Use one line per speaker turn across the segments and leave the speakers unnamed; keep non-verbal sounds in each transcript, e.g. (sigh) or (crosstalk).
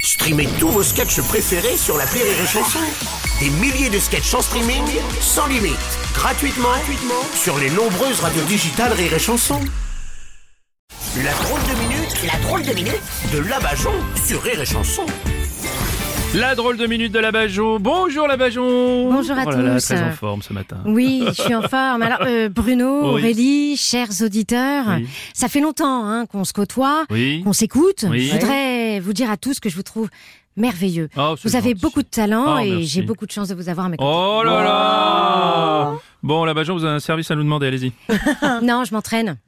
Streamez tous vos sketchs préférés sur la Rire et Chanson. Des milliers de sketchs en streaming, sans limite, gratuitement, gratuitement sur les nombreuses radios digitales Rire et Chanson. La drôle de minute, la drôle de minute de Labajon sur Rire et Chanson.
La drôle de minute de la Bajon. Bonjour la Bajon.
Bonjour à
oh là là,
tous.
très en forme ce matin.
Oui, je suis en forme. Alors, euh, Bruno,
Oui.
Aurélie, chers auditeurs,
Oui.
ça fait longtemps hein, qu'on se côtoie,
Oui.
qu'on s'écoute.
Oui.
Je voudrais vous dire à tous que je vous trouve merveilleux.
Oh, c'est
vous avez
gentil.
beaucoup de
Oh,
talent et
merci.
j'ai beaucoup de chance de vous avoir à mes côtés.
Oh là là. Bon, la Bajon, vous avez un service à nous demander. Allez-y.
Non,
(laughs)
je m'entraîne.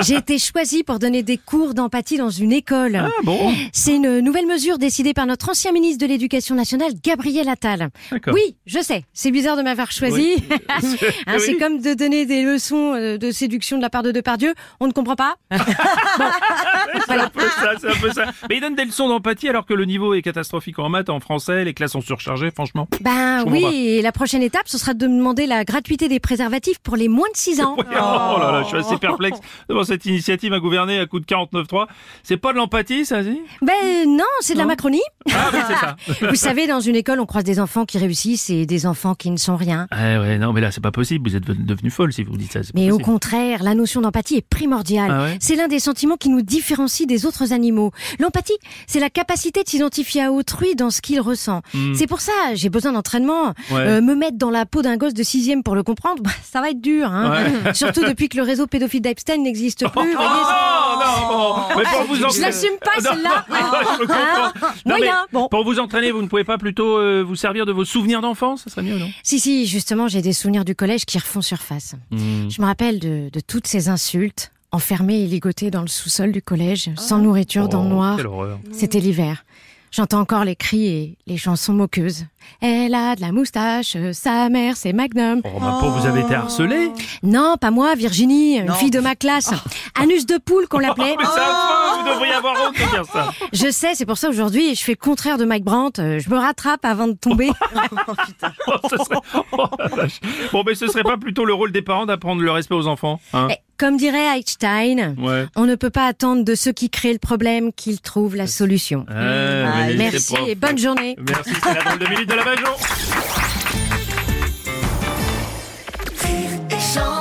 J'ai été choisie pour donner des cours d'empathie dans une école.
Ah bon.
C'est une nouvelle mesure décidée par notre ancien ministre de l'Éducation nationale, Gabriel Attal.
D'accord.
Oui, je sais, c'est bizarre de m'avoir choisi. (laughs) Hein,
(laughs)
C'est
Oui.
comme de donner des leçons euh, de séduction de la part de Depardieu. On ne comprend pas.
(laughs) Hein, C'est un peu ça, c'est un peu ça. Mais il donne des leçons d'empathie alors que le niveau est catastrophique en maths, en français, les classes sont surchargées, franchement.
Ben
Je comprends
oui,
pas.
et la prochaine étape, ce sera de demander la gratuité des préservatifs pour les moins de
(laughs)
6 ans.
Oh là là, je suis assez perplexe devant cette initiative à gouverner à coup de 49.3. C'est pas de l'empathie, ça, si
Ben non, c'est de la
Non.
Macronie.
Ah oui, c'est ça.
(laughs) Vous savez, dans une école, on croise des enfants qui réussissent et des enfants qui ne sont rien.
Ah Ouais, ouais, non, mais là, c'est pas possible. Vous êtes devenu folle si vous dites ça. c'est pas
Mais au
possible.
contraire, la notion d'empathie est primordiale.
Ah ouais
c'est l'un des sentiments qui nous différencie des autres animaux. L'empathie, c'est la capacité de s'identifier à autrui dans ce qu'il ressent. C'est pour ça, j'ai besoin d'entraînement.
Hmm. Ouais.
Euh, me mettre dans la peau d'un gosse de sixième pour le comprendre, bah, ça va être dur. Hein. (laughs) Surtout depuis que le réseau pédophile d'Epstein
(laughs)
n'existe plus. vous voyez, c'est-
Oh, non, bon. oh, Mais pour vous
je
entraîner-
l'assume pas
Non,
celle-là.
mais moi, je me comprends.
Hein
Non, mais
Moyen. Bon.
Pour vous entraîner, vous ne pouvez pas plutôt euh, vous servir de vos souvenirs d'enfance Ça serait mieux, non
Si, si, justement, j'ai des souvenirs du collège qui refont surface.
Mm.
Je me rappelle de, de toutes ces insultes, enfermées et ligotées dans le sous-sol du collège, sans nourriture, dans le noir.
Oh, Quelle horreur.
C'était l'hiver. J'entends encore les cris et les chansons moqueuses. Elle a de la moustache, sa mère c'est Magnum.
Oh, ma pauvre, vous avez été harcelé
Non, pas moi, Virginie, une fille de ma classe. Anus de poule
(laughs)
qu'on
Oh,
l'appelait.
Mais ça affreux, vous devriez avoir honte de dire ça.
Je sais, c'est pour ça aujourd'hui, je fais le contraire de Mike Brandt. euh, Je me rattrape avant de
(laughs)
tomber.
Oh, ce serait- oh, la vache. Bon, mais ce serait pas plutôt le rôle des parents d'apprendre le respect aux enfants hein
Mais Comme dirait Einstein,
Ouais.
on ne peut pas attendre de ceux qui créent le problème qu'ils trouvent la solution.
Euh, mais
Ah, Merci
c'est pas-
et bonne journée.
Merci, c'est la drôle de minute de la Bajon.
Rire et chanson.